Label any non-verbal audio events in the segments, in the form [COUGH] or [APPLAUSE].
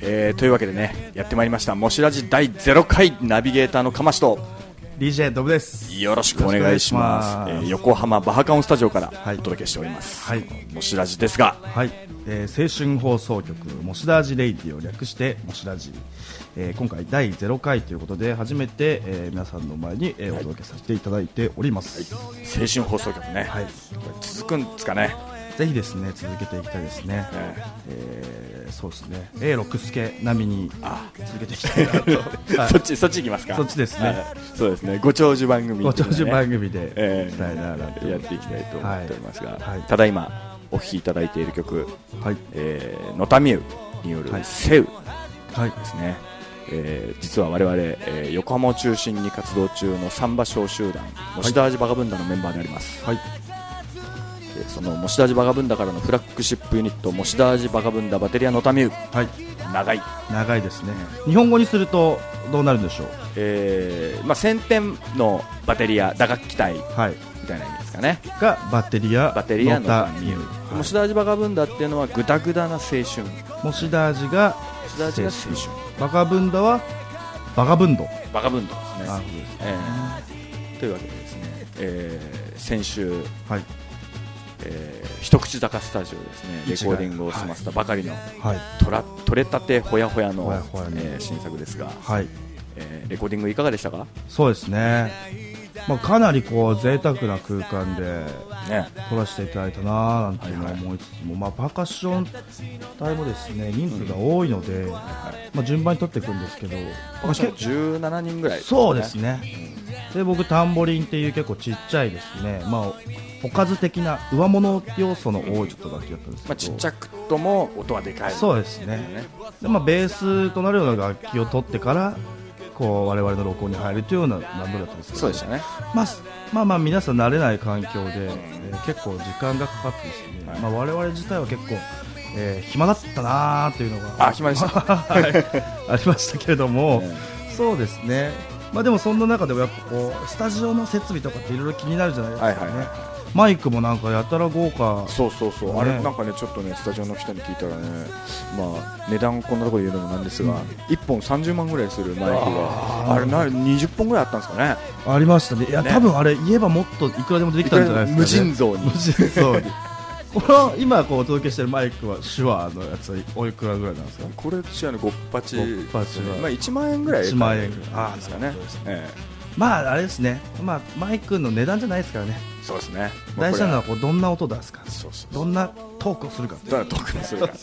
えーというわけでねやってまいりました「もしラジ第0回ナビゲーターのかましと」 DJ ドブですよろしくお願いしますよろしくお願いしえますー横浜バハカオンスタジオからはいお届けしております、はいもしラジですがはい、えー青春放送局「もしラジレイディ」を略して「もしラジ」えー今回第0回ということで初めて、えー皆さんの前に、えーお届けさせていただいております、青春放送局ね、はいこれ続くんですかね、ぜひですね続けていきたいですね、ええーそうですね A 六助並みにあ続けていき [LAUGHS] たいなとーはいそっちそっち行きますかそっちですねはいそうですねご長寿番組ご長寿番組組でいきたいななんて、やっていきたいと思っておりますが、はいはいただ今お聴きいただいている曲はいえーのたみゆによるは「いセウ」ではいすね、えー実は我々、えー横浜を中心に活動中のサンバ小集団モシダージバガブンダのメンバーであります、はいえーそのモシダージバガブンダからのフラッグシップユニットモシダージバガブンダバテリアのたみゆはい長い、長いですね日本語にするとどうなるんでしょうえーまあ、先天のバテリア打楽器隊みはいたいな意味ですかねがバッテリアバテリアのたタみゆ、モシはダージバガブンダっていうのはグダグダな青春モシいモシダージがダージが青春バガブンドはバガブンドバガブンダですねなるほどですえーというわけでですね、えー先週、はいえー一口坂スタジオでですねレコーディングを済ませたばかりの、はいとら取れたてほやほやのほやほやのえー新作ですが、はいえーレコーディングいかがでしたか、そうですねまあかなりこう贅沢な空間でね撮らせていただいたなーなんていうのははいはい思いつつも、まあパーカッション隊もですね人数が多いので、まあ順番に撮っていくんですけど、まあけ17人ぐらい、そうですね。で僕タンボリンっていう結構ちっちゃいですね。まあおかず的な上物要素の多いちょっと楽器だったんですけど。まあ、ちっちゃくとも音はでかいそうですね。ねでまあベースとなるような楽器を取ってからこう我々の録音に入るというような段取りだったんですけど。そうでしたねまあすまあまあ皆さん慣れない環境で、えー結構時間がかかってですね。はいまあ我々自体は結構、えー暇だったなーっていうのがあ暇でしたはいありましたけれども。ねそうですね、まあ、でもそんな中でもやっぱこうスタジオの設備とかっていろいろ気になるじゃないですか、はいねはいはいマイクもなんかやたら豪華そうそうそう、ねあれなんかねちょっとねスタジオの人に聞いたらねまあ値段こんなところで言うのもなんですが、一1本30万ぐらいするマイクがあれな20本ぐらいあったんですかねありましたねいやね多分あれ言えばもっといくらでもできたんじゃない無ですか、ね、尽蔵に無尽蔵にこの今こうお届けしてるマイクは手話のやつはおいくらぐらいなんですかこれ私はねごっぱちごっぱちはまあ、1万円ぐらい1万円ぐらいあですかねそうですねえまああれですね、まあ、マイクの値段じゃないですからねえそうですね大事なのまはあここうどんな音出すかれはそうそうそうどんなトークをするかだから特にするから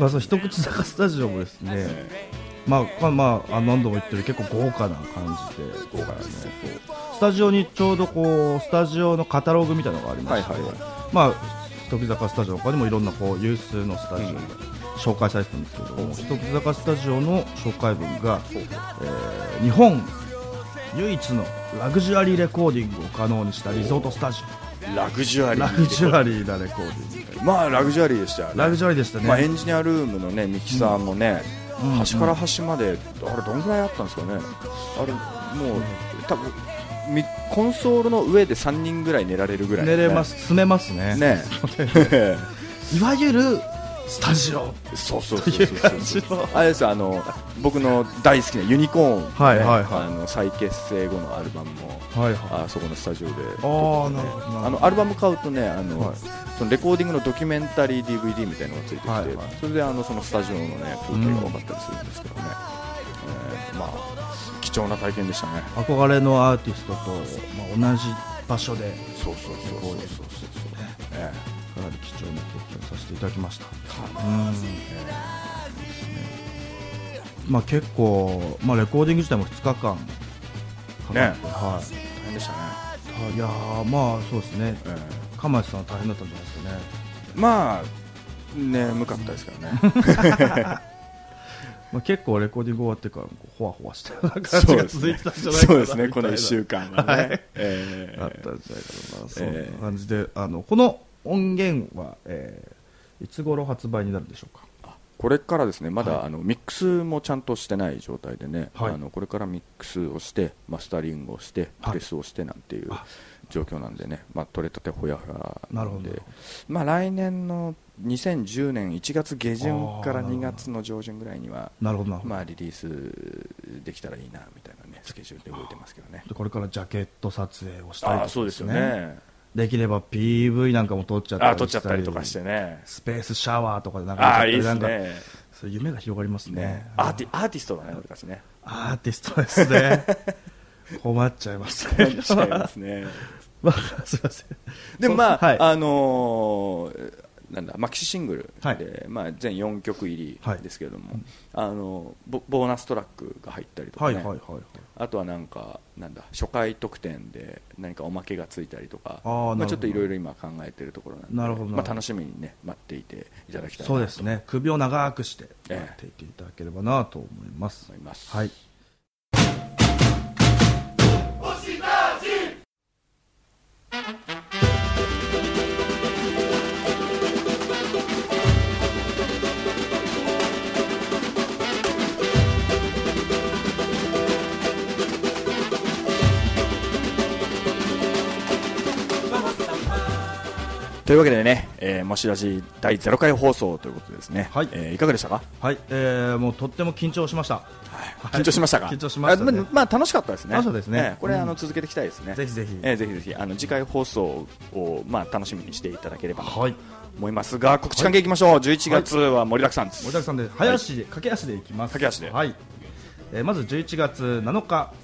まあ、その一口坂スタジオもですね、まあまあまあ、あ何度も言ってる結構豪華な感じで豪華ですねスタジオにちょうどこうスタジオのカタログみたいなのがありまして、はいはいはいまあ、一口坂スタジオの他にもいろんなこう有数のスタジオが紹介されてたんですけども、一口坂スタジオの紹介文が、えー日本唯一のラグジュアリーレコーディングを可能にしたリゾートスタジラグジュアオリーラグジュアリーなレコーディングまあラグジュアリーでしたよねラグジュアリーでしたね、まあ、エンジニアルームの、ね、ミキサーもね、うん端から端まで、あれどんぐらいあったんですかね、あれもう、多分みコンソールの上で3人ぐらい寝られるぐらい、寝れま。す詰めますね [LAUGHS] いわゆるスタジオそうそうとそういそうう感じの [LAUGHS] あれですよあの僕の大好きなユニコーン、ねはいはいはいあの再結成後のアルバムもはいはいあそこのスタジオであーなるほどなるほどあのアルバム買うとねあの、はいそのレコーディングのドキュメンタリー DVD みたいなのがついてきて、はいはいそれであのそのスタジオの、ね、風景が分かったりするんですけどね、えーまあ、貴重な体験でしたね。憧れのアーティストと、まあ、同じ場所でそうそうそうそうそうそうそう、えかなり貴重な経験をさせていただきましたえうんまあ結構、まあ、レコーディング自体も2日間かかって、ねは大変でしたね、い、いやーまあそうですねえ釜石さんは大変だったんじゃないですかねえまあ眠かったですからねまあ、結構レコーディング終わってからこうほわほわしたような感じそうがです続いねてたんじゃないかそうなですねみたこいなの1週間はね、はいええあったんじゃないかな、そええんな感じで、あのこの音源は、えーいつ頃発売になるんでしょうか。これからですねまだ、はいあのミックスもちゃんとしてない状態でね、はいあのこれからミックスをしてマスタリングをしてはいプレスをしてなんていうあ状況なんでね、まあ、取れたてほやほやなるほどで、まあ、来年の2010年1月下旬からあーなるほど2月の上旬ぐらいにはなるほどなるほど、まあ、リリースできたらいいなみたいなねスケジュールで動いてますけどね。でこれからジャケット撮影をしたりとあかあそうですよね。できれば PV なんかも撮っちゃったありあ撮っちゃったりとかしてね。スペースシャワーとかでなんかああいいでなすんかね。そういう夢が広がりますねねアーティアーティストだね俺たち [LAUGHS] ね。アーティストです [LAUGHS] ね困っちゃいますねしちゃいますね。 [LAUGHS] まあすいませんでもまあ、はいあのーなんだマキシシングルで、はいまあ、全4曲入はいりですけれども、あのボボーナストラックが入ったりとか、はいねはいはいはいあとはなんかなんだ初回特典で何かおまけがついたりとかあーなるほどまあ、ちょっといろいろ今考えてるところなんでなるほどなるほまどあ、楽しみに、ね、待っていていただきたいなとそうですね首を長くしてええやっていっていただければなと思います、思います。はいというわけでね、えー、もしらじ第0回放送ということですね、はいえーいかがでしたか、はい、えーもうとっても緊張しましたい緊張しましたか緊張しましたねあままあ、楽しかったですね楽しかったですねええこれ、うんあの続けていきたいですねぜひぜひええぜひぜひあの次回放送を、まあ、楽しみにしていただければとはい思いますが告知関係いきましょう、11月は盛りだくさんです、盛りだくさんで早足で、駆け足でいきます駆け足ではい、えーまず11月7日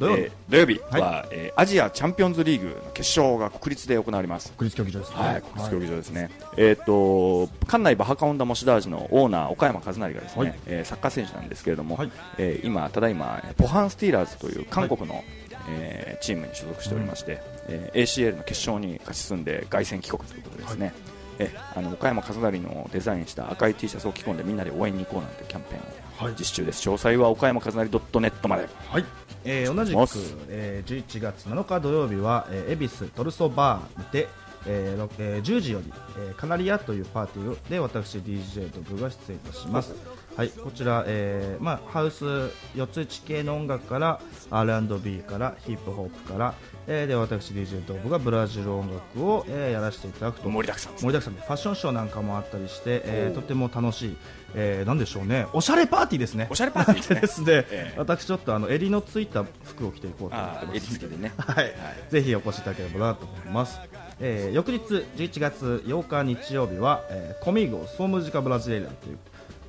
土曜日、えー土曜日は、はえーアジアチャンピオンズリーグの決勝が国立で行われます国立競技場ですねはい、国立競技場ですね、えっ、と館内バハカオンダモシダージのオーナー岡山和成がですね、はいえーサッカー選手なんですけれども、はいえー今ただいまポハンスティーラーズという韓国の、えーチームに所属しておりまして、えー ACL の決勝に勝ち進んで凱旋帰国ということですね、えーあの岡山和成のデザインした赤い T シャツを着込んでみんなで応援に行こうなんてキャンペーンを実施中です、詳細は岡山和成 .net まではい、えー同じまくす、えー11月7日土曜日は、えー恵比寿トルソバーにて、えーろえー10時より、えーカナリアというパーティーで私 DJ とブが出演いたしますはいこちら、えーまあ、ハウス四つ打ち系の音楽から R&B からヒップホップから、えーで私 DJ とブがブラジル音楽を、えーやらせていただくと盛りだくさんです盛りだくさんでファッションショーなんかもあったりして、えーとても楽しい、えーなんでしょうねおしゃれパーティーですねおしゃれパーティー [LAUGHS] ですねでええ私ちょっとあの襟のついた服を着ていこうと思っあてーま襟す付きでねはい、ぜひお越しいただければなと思います、えー翌日11月8日日曜日は、えーコミーゴソームジカブラジレイラという、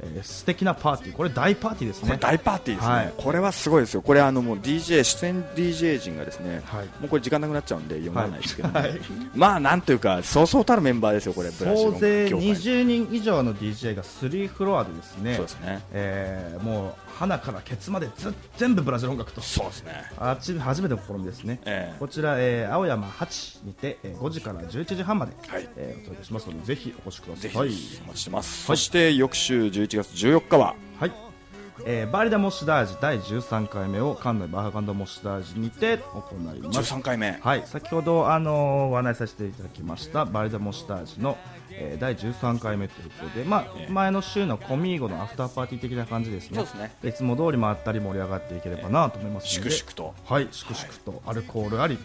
えー素敵なパーティーこれ大パーティーですこれね大パーティーですね、はいこれはすごいですよ、これあのもう DJ 出演 DJ 陣がですね、はいもうこれ時間なくなっちゃうんで読まないですけど、ねはいはいまあなんというかそうそうたるメンバーですよ、これブラジル総の勢業界の20人以上の DJ が3フロアでですねそうですねえーもう花からケツまでず全部ブラジル音楽とそうですね、あっち初めての試みですね、ええこちら、えー青山8にて、えー5時から11時半まで、はいえーお届けしますのでぜひお越しくださぜいひお待ちしてます、そして翌週11月14日は、はいえーバリダモッシュダージ第13回目を館内バーガンダモッシュダージにて行います13回目、はい、先ほど、あのーご案内させていただきましたバリダモシタージの、えー第13回目ということで、まあ、前の週のコミーゴのアフターパーティー的な感じですねそうですねいつも通り回ったり盛り上がっていければなと思いますので粛々とはい粛々とアルコールあり、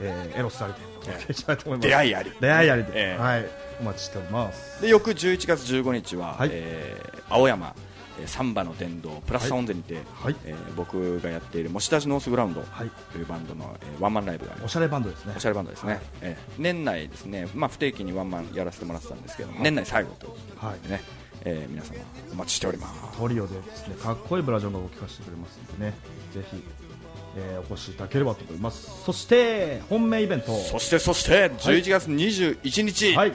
えーエロスありでお届けしたいと思います、出会いあり出会いありで、ええはい、お待ちしておりますで翌11月15日は、はいえー青山えーサンバの殿堂プラスサウンドにて、はいえー僕がやっている「もし出しノースグラウンド」はいというバンドの、えーワンマンライブがありますおしゃれバンドですねおしゃれバンドですね、ええ年内ですね、まあ、不定期にワンマンやらせてもらってたんですけども、年内最後ということでね、ええ皆様お待ちしておりますトリオでですねかっこいいブラジョンがを聴かせてくれますのでねぜひ、えーお越しいただければと思いますそして本命イベントそしてそして11月21日、はい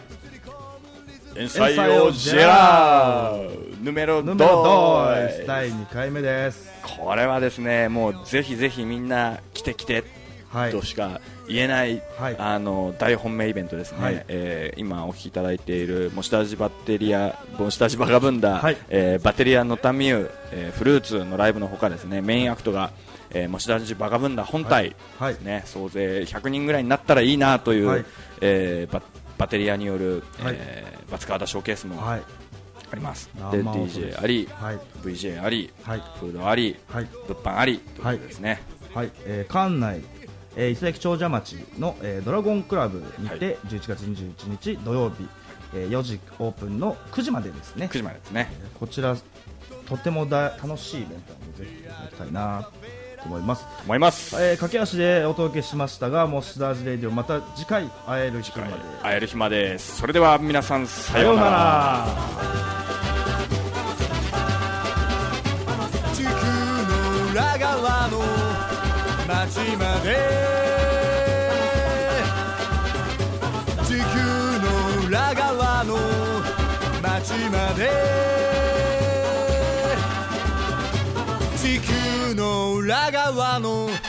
エンサイオジェラーヌメロヌドメロドイスイ第2回目です。これはですねもうぜひぜひみんな来て来てはいと。しか言えない、はいあの大本命イベントですね、はいえー今お聞きいただいているモシタジバッテリアモシタジバガブンダ、はいえーバッテリアのタミュー、えーフルーツのライブのほかですねメインアクトが、えーモシタジバガブンダ本体、はいはいね、総勢100人ぐらいになったらいいなという、はいえーババッテリアによる、はいえーバツカーダショーケースもはい。あります生でオフです DJ ありはい、 VJ ありはい、フードありはい、物販ありということですねはい、えー館内、えー伊勢崎長者町の、えードラゴンクラブにて、11月21日土曜日、えー4時オープンの9時までですね9時までですねこちらとてもだ楽しいイベントなのでぜひ行きたいなと思います、思いますえー駆け足でお届けしましたがもうシダージレディオまた次回会える日まで会える暇ですそれでは皆さんささよよううなならら地球の裏側の街まで地球の裏側の街まで地球の裏側の街まで